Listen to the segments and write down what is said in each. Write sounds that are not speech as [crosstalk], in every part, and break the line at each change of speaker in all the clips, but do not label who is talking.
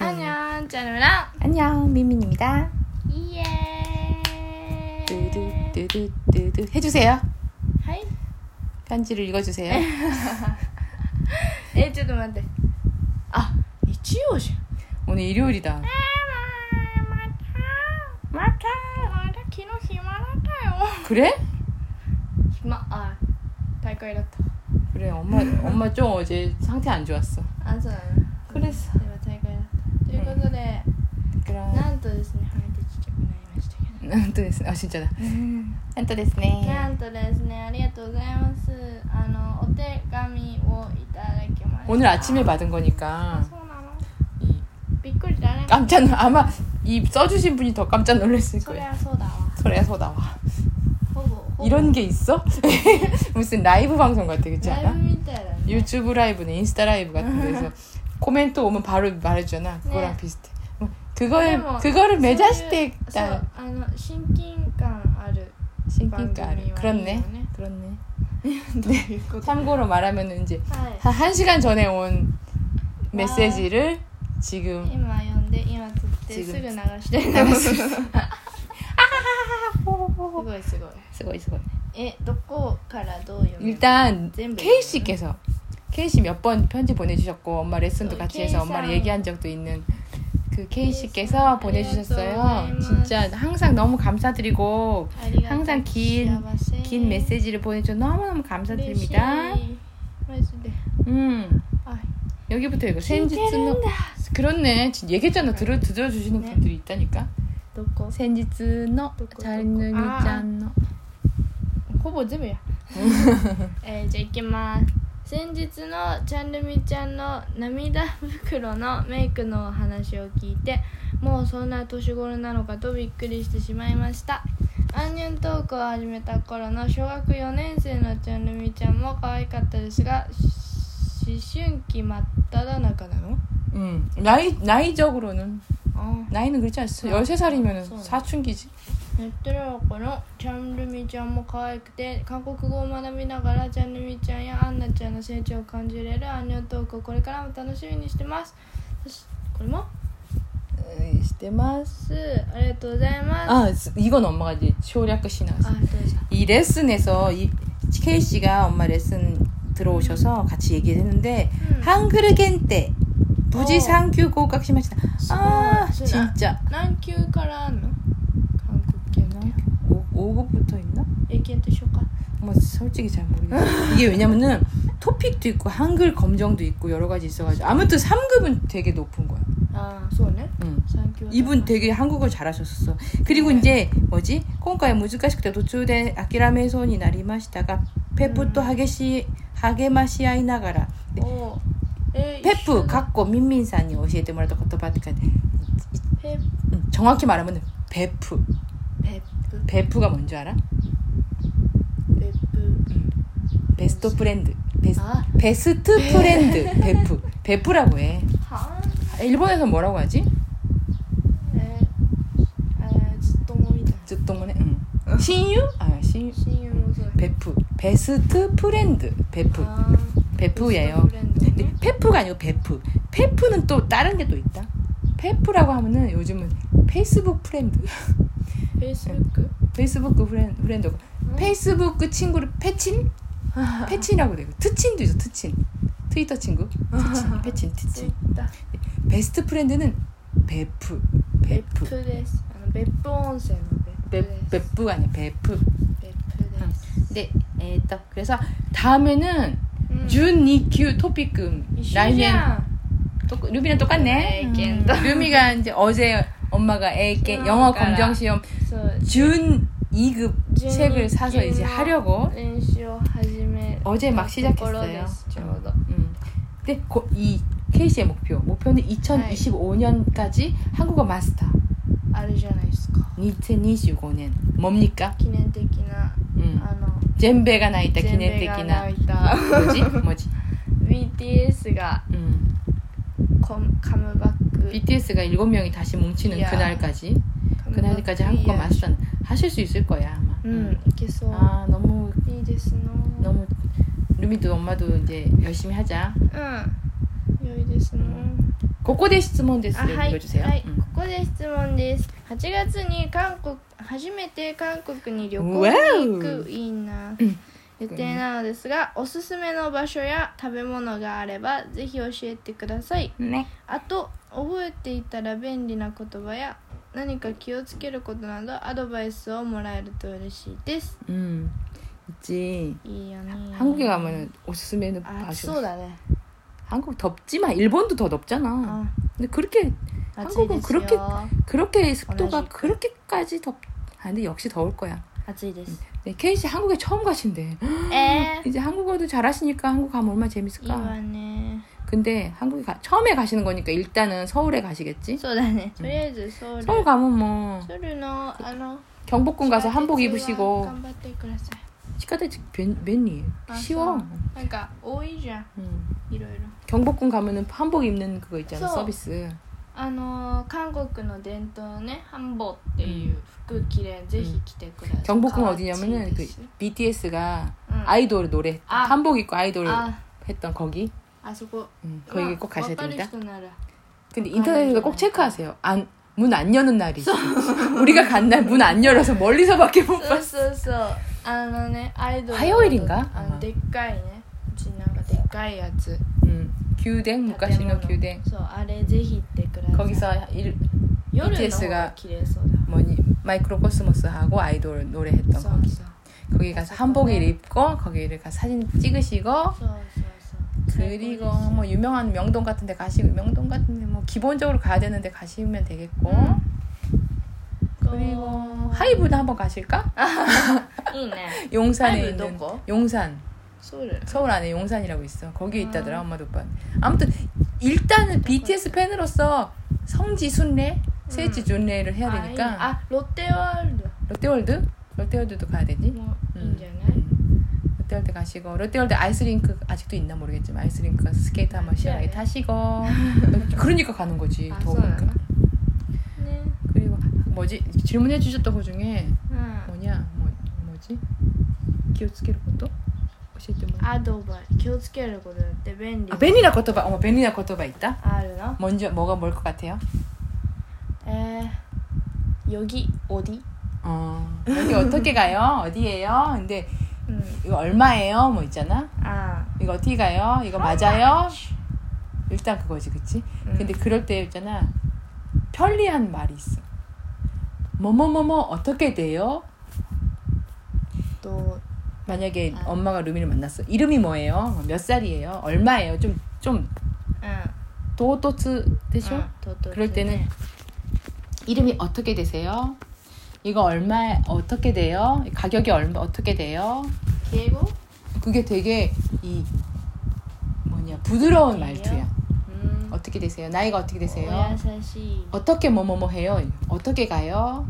안녕, 짜누랑
네. 안녕 민민입니다.
예.
두두 두두 두두 해주세요.
하이.
편지를 읽어주세요.
え、ちょっと待って。
아,
あ、日曜じ
오늘 일요일이다.
ゃん。また。また。また昨日暇だったよ。
그래?
暇、あ、大会だっ
그래 엄마 엄마 좀 어제 상태 안 좋았어.
た。あ、そうなの。
그랬어
では大会だった。ということで、
그럼
なんとですね、はい、ちっちゃくなりましたけど。
[laughs] 난또됐네. 아 진짜다. 난또됐네.
なんとですね、ありがとうございます。あの、お手紙をいただきました。
오늘 아침에 받은
あ
거니까
そうなの。
이
びっくりだね。
깜짝 놀- 아마 이 써주신 분이 더 깜짝 놀랐을
そり
거야.
ゃそうだわ。
그래서 나와.
ほぼ。ほぼ
이런 게 있어? [laughs] 무슨 라이브 방송 같아 그렇지
ライブ
네, 뭐 않아?
みたいだね。
유튜브 라이브는 인스타 라이브
[laughs]
같은 데서 코멘트 오면 바로 말해주잖아. 그거랑
네.
비슷해. 뭐, 그걸
그러면
그거를
소유-
매자시대
そうあの親近感ある
신기가를
番組はいいよ
그렇네.
ね [laughs]
그렇네.
どういうこと
참고로 말하면 이제
はい
한 1시간 전에 온
아.
메시지를 지금
今読んで今撮って
지금
すぐ流して
[laughs]
るすごいすご
쓰고
い
있어.
えどこからどう読む
일단
전부
케이 씨께서 케이 씨몇 번 편지 보내주셨고 엄마 레슨도
어,
같이
케이
해서 엄마를
상.
얘기한 적도 있는 그 케이
케이
씨께서
상,
보내주셨어요.
알려줘요.
진짜 항상 너무 감사드리고
ありがとう
항상 긴,
幸せ
긴 메시지를 보내줘 너무너무 감사드립니다.
嬉しいマジで
음
あ
여기부터 이거
聞い
센지
てるん
쓰는
だ
그렇네. 지금 얘기했잖아. 들어 들어 주시는
네.
분들이 있다니까.
どこ
센지츠노
똑똑똑. 아.
잘누리짠노
ほぼ全部や。えーじゃあ行きます。先日のちゃんるみちゃんの涙袋のメイクのお話を聞いてもうそんな年頃なのかとびっくりしてしまいましたアンニュントークを始めた頃の小学4年生のちゃんるみちゃんも可愛かったですがし思春期真っ只中なの
음. 나이 나이적으로는
あ
나이는 그렇지 않았어.
아,
13살이면
그렇죠.
사춘기지.
ネットラこのチャンルミちゃんも可愛くて韓国語を学びながらチャンルミちゃんやアンナちゃんの成長を感じれるアンニョントークをこれからも楽しみにしてますそしこれも
시테마스.
すありがとうございます
아, 쓰- 이건 엄마가 이제 쇼략시 나왔어.
あどうぞ
이 레슨에서 이 케이 씨가 엄마 레슨 들어오셔서 같이 얘기를 했는데
음.
한글 겐때 부지상규고 깍심하시다. 아,
수나, 수나.
어。 진짜.
何級からあんの韓国系の
오, 5급부터 있나?
英検と一緒か
뭐 솔직히 잘 모르겠어. 이게 왜냐면은 토픽도 있고 한글 검정도 있고 여러 가지 있어가지고 아무튼 3급은 되게 높은 거야.
ああそうね
응
3級
이분 되게 한국어 잘하셨었어. 그리고
네.
이제 뭐지? 今回難しくて 도출대 아키라메손이 나리마시다가 페프도
음.
하게시 하게마시 아이나가라.
おえー一緒
페프
だ
갖고 민민산이 오시에도 뭐라도 갖다 받으니까 음,
ペ
정확히 말하면 베프.
ペプ
베프가 뭔지 알아?
ペプ
베스트 프렌드. 베스,
あ
베스트 프렌드. [laughs] 베프. 베프라고 해.
はあ
일본에서 뭐라고 하지?
えーえーずっともみたいな
뜻동문에 응. 신유? 아, 신유.
親友もそうだ
베프. 베스트 프렌드. 베프.
あー
아, 베프예요. 근데
네.
페프가 아니고 베프. 페프는 또 다른 게 또 있다. 페프라고 하면은 요즘은 페이스북 프렌드. [laughs]
페이스북?
페이스북 그 프렌, 프렌드고. 페이스북 그 친구를 패친? 패친이라고 되고. 트친도 있어, 트친. 트위터 친구. 트친, 패친, 트친.
페이스북
베스트 프렌드는 베프. 베프.
ですあの別府温泉の別
베,
府です
베프가 아니야, 베프.
別府で
네,
す
에또 그래서 다음에는
うん
준이큐 토픽금.
一緒じ
라이멘
ゃん
똑- 루비랑 똑같네.
에이켄 또.
루미가 이제 어제 엄마가 에이켄 영어
그러니까.
검정 시험
そう
준 2급
준
책을 사서
이급
이제 하려고
練習を始め
어제 막
ところ
시작했어요.
ですちょうど
음. 근데 고- 이 케이씨의 목표, 목표는 2025년까지 한국어 마스터.
あるじゃないですか
2025년 뭡니까?
記念的な
음.
あの
젠베가 나 있다
全米が
기네테키나 아,
泣いた
뭐지 뭐지
BTS が
음.
コムカムバック
BTS가 7명이 다시 뭉치는
야.
그날까지
カムバック
그날까지 한국어
いや
마스터 하실 수 있을 거야 아마
うんいけそう
아 너무
いいですの
너무 루미도 엄마도 이제 열심히 하자.
うん。白いですね
ここで質問です
あはい、
よせよ
はい
うん
ここで質問です8月に韓国初めて韓国に旅行
わお
に行くいいな
うん
予定なのですがおすすめの場所や食べ物があればぜひ教えてください
ね
あと覚えていたら便利な言葉や何か気をつけることなどアドバイスをもらえると嬉しいです
うんうち
いいよね
음. 한국에 가면 오 스스메의
あ
맛이
そうだね
한국 덥지만 일본도 더 덥잖아
あ
근데 그렇게
暑いですよ
한국은 그렇게 습도가
원하실 거.
그렇게까지 덥 아, 근데 역시 더울 거야
暑いです
네 케이 씨 한국에 처음 가신대
えー
이제 한국어도 잘하시니까 한국 가면 얼마나
いいわ
재밌을까
ね
근데 한국에 가, 처음에 가시는 거니까 일단은 서울에 가시겠지
そうだねとりあえずソウル
서울 가면 뭐
ソウルのあの
경복궁 가서
地下鉄
한복
は
입으시고
頑張ってください
시카대지 맨니
아,
쉬워
서울. なんか多いじゃん
응.
いろいろ
경복궁 가면은 한복 입는 그거 있잖아
서-
서비스
あのー韓国の伝統のねハンボっていう服着れ、ぜひ着てください
경복궁
可愛いです
어디냐면은 그 BTS가
うんあ
음. 아이돌 노래
아.
한복 입고 아이돌
あ
했던 거기
そこ
음, 거기 꼭 가셔야
わかる
됩니다.
人なら
근데
아,
인터넷에서
알죠.
꼭 체크하세요. 안, 문 안 여는 날이 [laughs] 있어. 우리가 간 날 문 안 열어서 멀리서밖에 [laughs] 못
そう
봤어.
そうそうあのねアイドル
火曜日んか
あ
う
の
ん
でっかいねうちなんかでっかいやつ
음, 규댕, 무가시노
建物
규댕.
そうあれぜひ行ってください
거기서 일,
夜の方
BTS
が
が
綺麗そうだ
뭐니 마이크로 코스모스하고 아이돌 노래 했던
そう
거기.
そう
거기 가서 한복을 입고 거기를 가서 사진 찍으시고
そうそうそう
그리고 뭐 유명한 명동 같은 데 가시고 명동 같은 데 뭐 기본적으로 가야 되는데 가시면 되겠고
음.
그리고 하이브도 한번 가실까?
いいね
용산에
하이브
있는
넣고?
용산
そうだよ
서울 안에 용산이라고 있어 거기에
아.
있다더라 엄마도 오빠 아무튼 일단은 BTS 팬으로서 성지 순례
음.
세지 준례를 해야
あいい
되니까
あロッテワール
롯데월드 롯데월드도 가야 되지
ドもいいんじゃない、
음. 롯데월드 가시고 롯데월드 아이스링크 아직도 있나 모르겠지만 아이스링크 가서 스케이트 한번 시원하게
맞아요. [laughs]
타시고 그러니까 가는 거지
あそうなの
더우니까
ね
그리고 뭐지 질문해 주셨던 거 중에
うん
뭐냐 뭐 뭐지 기어스케르 것도 教えてもら
アドバイ気をつけることだって便利
아, 베니나 고토바. 어머, 베니나 고토바 있다.
あるの
먼저 뭐가 뭘 것 같아요?
えー、よぎおり
어. 여기 어떻게 가요? 어디예요? 근데
うん
이거 얼마예요? 뭐 있잖아.
あ
이거 어떻게 가요? 이거 맞아요? 일단 그거지, 그치?
ー、うん
근데 그럴 때 있잖아. 편리한 말이 있어. 뭐뭐뭐뭐 어떻게 돼요?
と
만약에
아.
엄마가 루미를 만났어. 이름이 뭐예요? 몇 살이에요? 얼마예요? 좀, 좀,
う
도토츠
ん
되죠?
うんとと
그럴 때는 이름이 어떻게 되세요? 이거 얼마 어떻게 돼요? 가격이 얼마 어떻게 돼요?
敬語
그게 되게 이 뭐냐 부드러운
돼요?
말투야.
うんお
어떻게 되세요? 나이가 어떻게 되세요?
優しい
어떻게 뭐뭐뭐 해요? 어떻게 가요?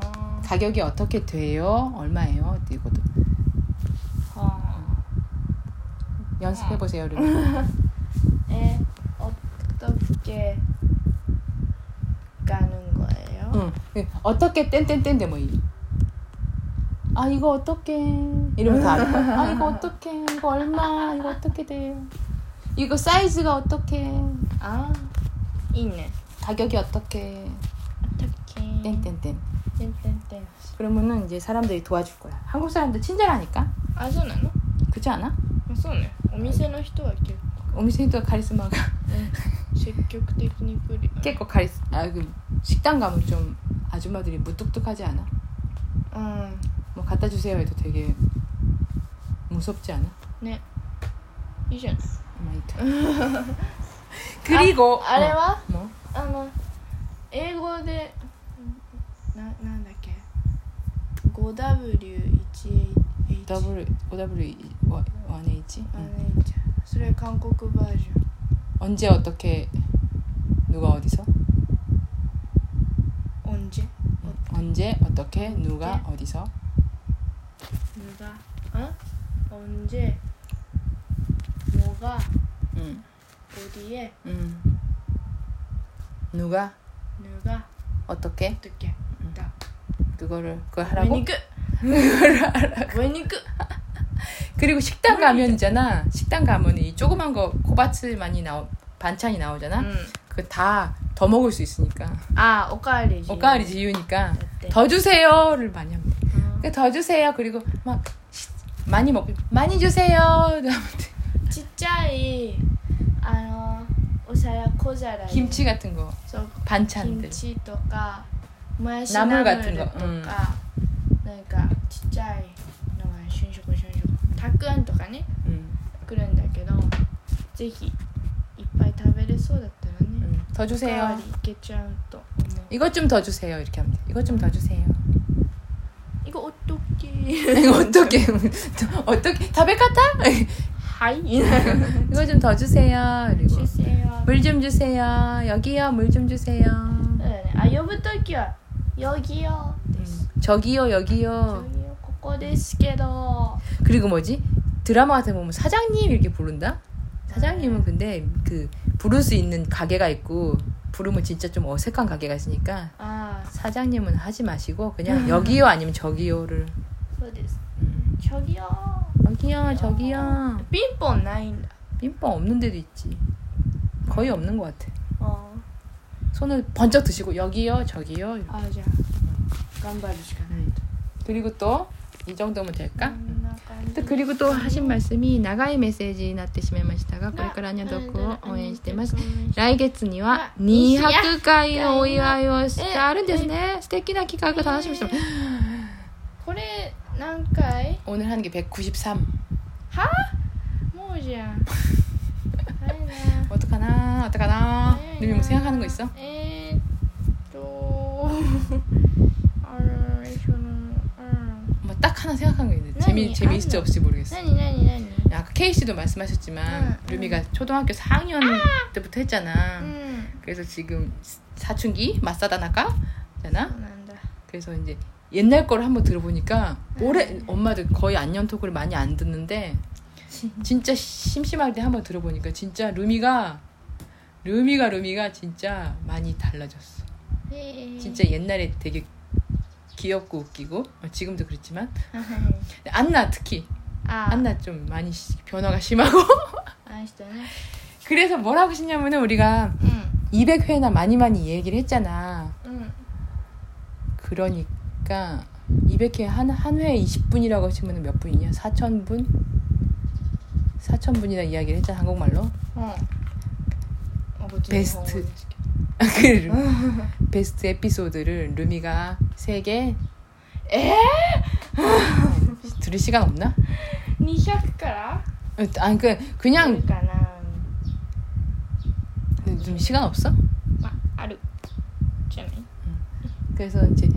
あー
가격이 어떻게 돼요? 얼마예요? 이것도
は
연습해 보세요,
음.
여러분.
ーえー、おっとけがぬんごえよ
응. 네. 어떻게 땡땡땡 데뭐 이. 아 이거 어떻게 이러면 다 알아. 아 이거 어떻게 이거 얼마 이거 어떻게 돼요? 이거 사이즈가 어떻게
あーいいね
가격이 어떻게
たっけ
땡땡땡.
ーてんてんてん
그러면은 이제 사람들이 도와줄 거야. 한국 사람들 친절하니까
あそうなの
그렇지 않아?
あそうねお店の人は結
오미세도 카리스마가 [laughs]
構積極的に来るよね
깨끗 카리스. 아그 식당 가면 좀 아줌마들이 무뚝뚝하지 않아?
うん
뭐 갖다 주세요 해도 되게 무섭지 않아?
ねいいじゃん
마이트. [laughs] 그리고
ああれ
어.
は
뭐?
あの英語でななんだっけ 5W1H
W W 원 H
あねいちゃんそれ韓国バージョン
언제 어떻게 누가 어디서
オンジェ
언제 어. 어떻게 누가
언제?
어디서
ぬがんオンジェもがおりえ
음. 누가
ぬが
어떻게
とけ
그거를 그걸
上
하라고
に行く [laughs] 上に行く
그리고 식당 가면 있잖아 식당 가면 이 조그만 거 코바츠 많이 나오 반찬이 나오잖아.
음.
그 다 더 먹을 수 있으니까
아, 오かわり自由。
오 까리 지유니까
네.
더 주세요를 많이 합니다.
아,
그러니까 더 주세요. 그리고 막 시- 많이 먹 많이 주세요.
네. ちっちゃい、あの、お皿、小皿。
김치 같은 거
そう、
반찬들.
チとか、もやしナ
ナ
ム
ム
ル
ル
と
が
か、
つんの
なんか、ちっちゃいのが瞬食瞬食。たくあんとかね、
음,
来るんだけど、ぜひ、いっぱい食べれそうだったらね、
음. 더
おかわ
주세요.
りいけちゃうと思う。
이것 좀 더 주세요. 이렇게 합니다. 이것 좀 더 주세요. [laughs]
이거 어떻게?
이거 어떻게 [laughs] 어떻게 다베카타
하이.
이거 좀 더 주세요. 그리고
주세요.
물 좀 주세요. 여기요. 물 좀 주세요.
네, 아 여부 토끼요. 여기요.
음, 저기요. 여기요.
저기요. ここですけど.
그리고 뭐지? 드라마 같은 거 보면 사장님 이렇게 부른다. 사장님은 근데 그 부를 수 있는 가게가 있고 부르면 진짜 좀 어색한 가게가 있으니까
아,
사장님은 하지 마시고 그냥 여기요 아니면 저기요를
そうです.
음,
저기요.
여기요 저기요
빈폰 나인다.
빈빵 없는 데도 있지 거의 없는 것 같아
어.
손을 번쩍 드시고 여기요 저기요 이렇게.
아, 자. 간바를 시간.
음. 그리고 또 이 정도면 될까? 또
と
그리고 또 하신 말씀이 나가이 메시지 になってしまいましたがこれからの読を応援してます来月には200回のお祝いをしてあるんですね。素敵な企画楽しみにして [gasps] ます。
これ何回
오늘 하는 게 193. 뭐
もうじゃん早いな
어떡하나, 어떡하나.
早いな
누님 뭐 생각하는 거 있어?
えーっ
[laughs]
とあらそのうん
뭐 딱 하나 생각한 거 있는데 재미
아니,
재미있을지
아니. 네.
없을지 모르겠어.
何何何
야 아까 케이 씨도 말씀하셨지만
응,
루미가 초등학교 4학년 때부터
う
했잖아.
ん
그래서 지금 사춘기 맞사다 나가잖아.
そうなんだ
그래서 이제 옛날 거를 한번 들어보니까
응.
올해 엄마들 거의 안녕 토크를 많이 안 듣는데 진짜 심심할 때 한번 들어보니까 진짜 루미가 루미가 루미가 진짜 많이 달라졌어.
へー
진짜 [laughs] 옛날에 되게 귀엽고 웃기고 어, 지금도 그렇지만
はい
근데 안나 특히
あ
안나 좀 많이 시- 변화가 심하고 [laughs]
あの人ね
그래서 뭐라고 했냐면은 우리가 200회나 나 많이 많이 얘기를 했잖아.
うんうん
그러니까 200회 한, 한 회에 20분이라고 치면 몇 분이냐? 4,000분? 4,000분이나 이야기를 했잖아, 한국말로. [laughs]
うん
ベスト 그 루- 베스트 에피소드를 루미가 3개.
에?
들을 시간 없나?
200から
어 아니, 그,
ある
그냥,
かな
좀 시간 없어?
ま
아,
ああるじゃない
그래서 이제,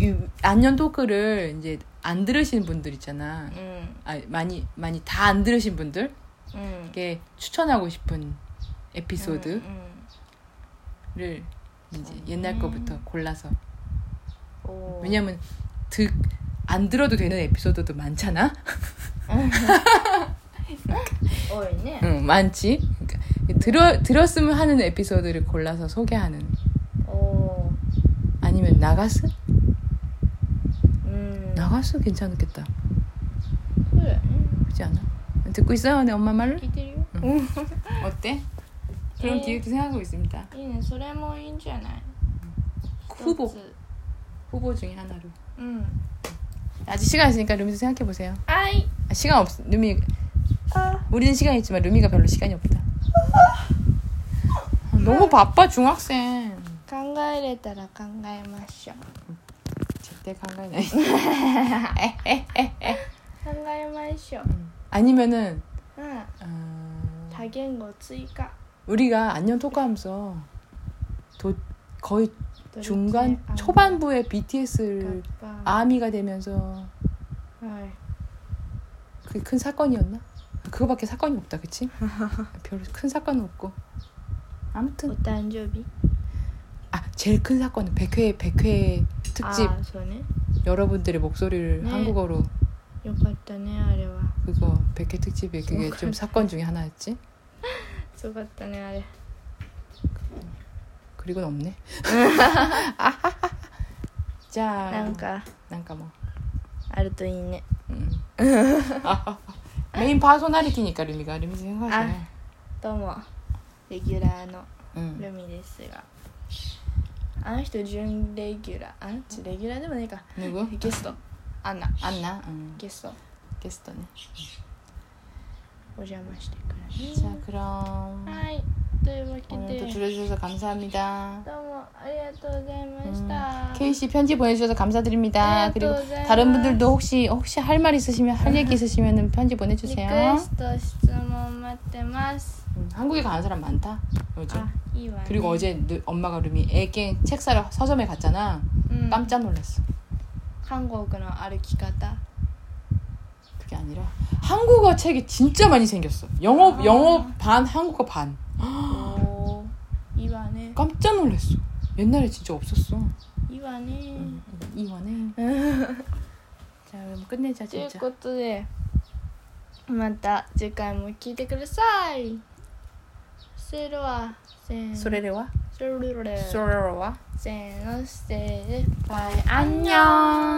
이 안녕 토크를 이제 안 들으신 분들 있잖아.
うん
아 많이, 많이 다 안 들으신 분들?
うん
이게 추천하고 싶은 에피소드를
うんうん、
이제 옛날 거부터 골라서
おー
왜냐면 듣, 안 들어도 되는 에피소드도 많잖아
多いね
응, 어, 많지 그러니까 들어, 들었으면 하는 에피소드를 골라서 소개하는
おー
아니면 나가스?
うんそ
나가스 괜찮겠다
うだね
그렇지 않아? 듣고 있어요 내 엄마 말을?
聞いてるよ、
うん 어때? 그런
네.
기획도 생각하고 있습니다
いいねそれもいいんじゃない一
후보
つ
후보 중에 하나로
うん。
아직 시간 있으니까 루미도 생각해보세요
はい。
아, 시간 없 루미
あ
우리는 시간이 있지만 루미가 별로 시간이 없다. 아, 너무 바빠 중학생.
考えれたら考えましょう。
제때 강가에 나.
考えましょう。
아니면은
うん。
어,
多言語追加。
우리가 안녕 토크하면서 도, 거의
ドイツ
중간
あ
초반부에
ガ
BTS
ッパ
네, 아. 그러니까, 아미가 되면서
はい。
그게 큰 사건이었나? 그거밖에 사건이 없다, [laughs] 그치? 별로 큰 사건은 없고.
お
아무튼
誕生日。
아 제일 큰 사건은 100회 100회 특집
あーそうね。
여러분들의 목소리를
네.
한국어로
よかったね、あれは。
그거 백회 특집이 어, 그게 좀 사건 중에 하나였지.
すごかったね、あれ。
그리고는 [laughs] 없네. 자,
なんか、
난가 뭐.
あるといいね。
음. 아, 아, 아. 메인 파소나리티니까 루미가 루미 생각하세요.
아. どうも。レギュラーの
うん
ルミですがあの人準レギュラーあんちレギュラーでもないか
누구
ゲストアンナ
안나응
ゲスト
게스트네
음. お邪魔してく
자
れ
그럼
はいというわけ
오늘도
で
들어주셔서 감사합니다
どうもありがとうございました、
케이 씨 편지 보내주셔서 감사드립니다
네,
그리고
또 잘-
다른 분들도 혹시 혹시 할 말 있으시면 할 얘기 있으시면 편지
リク
보내주세요
エスト質問待ってます
음, 한국에 가는 사람 많다 요즘
あいいわ、ね、
그리고 어제 누- 엄마가 루미 애기 책 사러 서점에 갔잖아
うん
깜짝 놀랐어
韓国の歩き方
그게 아니라 한국어 책이 진짜 많이 생겼어 영어
아.
영어 반 한국어 반 [gasps]
おーいいわね
깜짝 놀랐어 옛날에 진짜 없었어
いいわね、
음, [laughs] 이완해 자 그럼 네, 끝내자
という
진짜
ことでまた次回も聞いてくださいせーのはせーの
네.
それ
소레레와
それ
소레레와
せーのせーの
안녕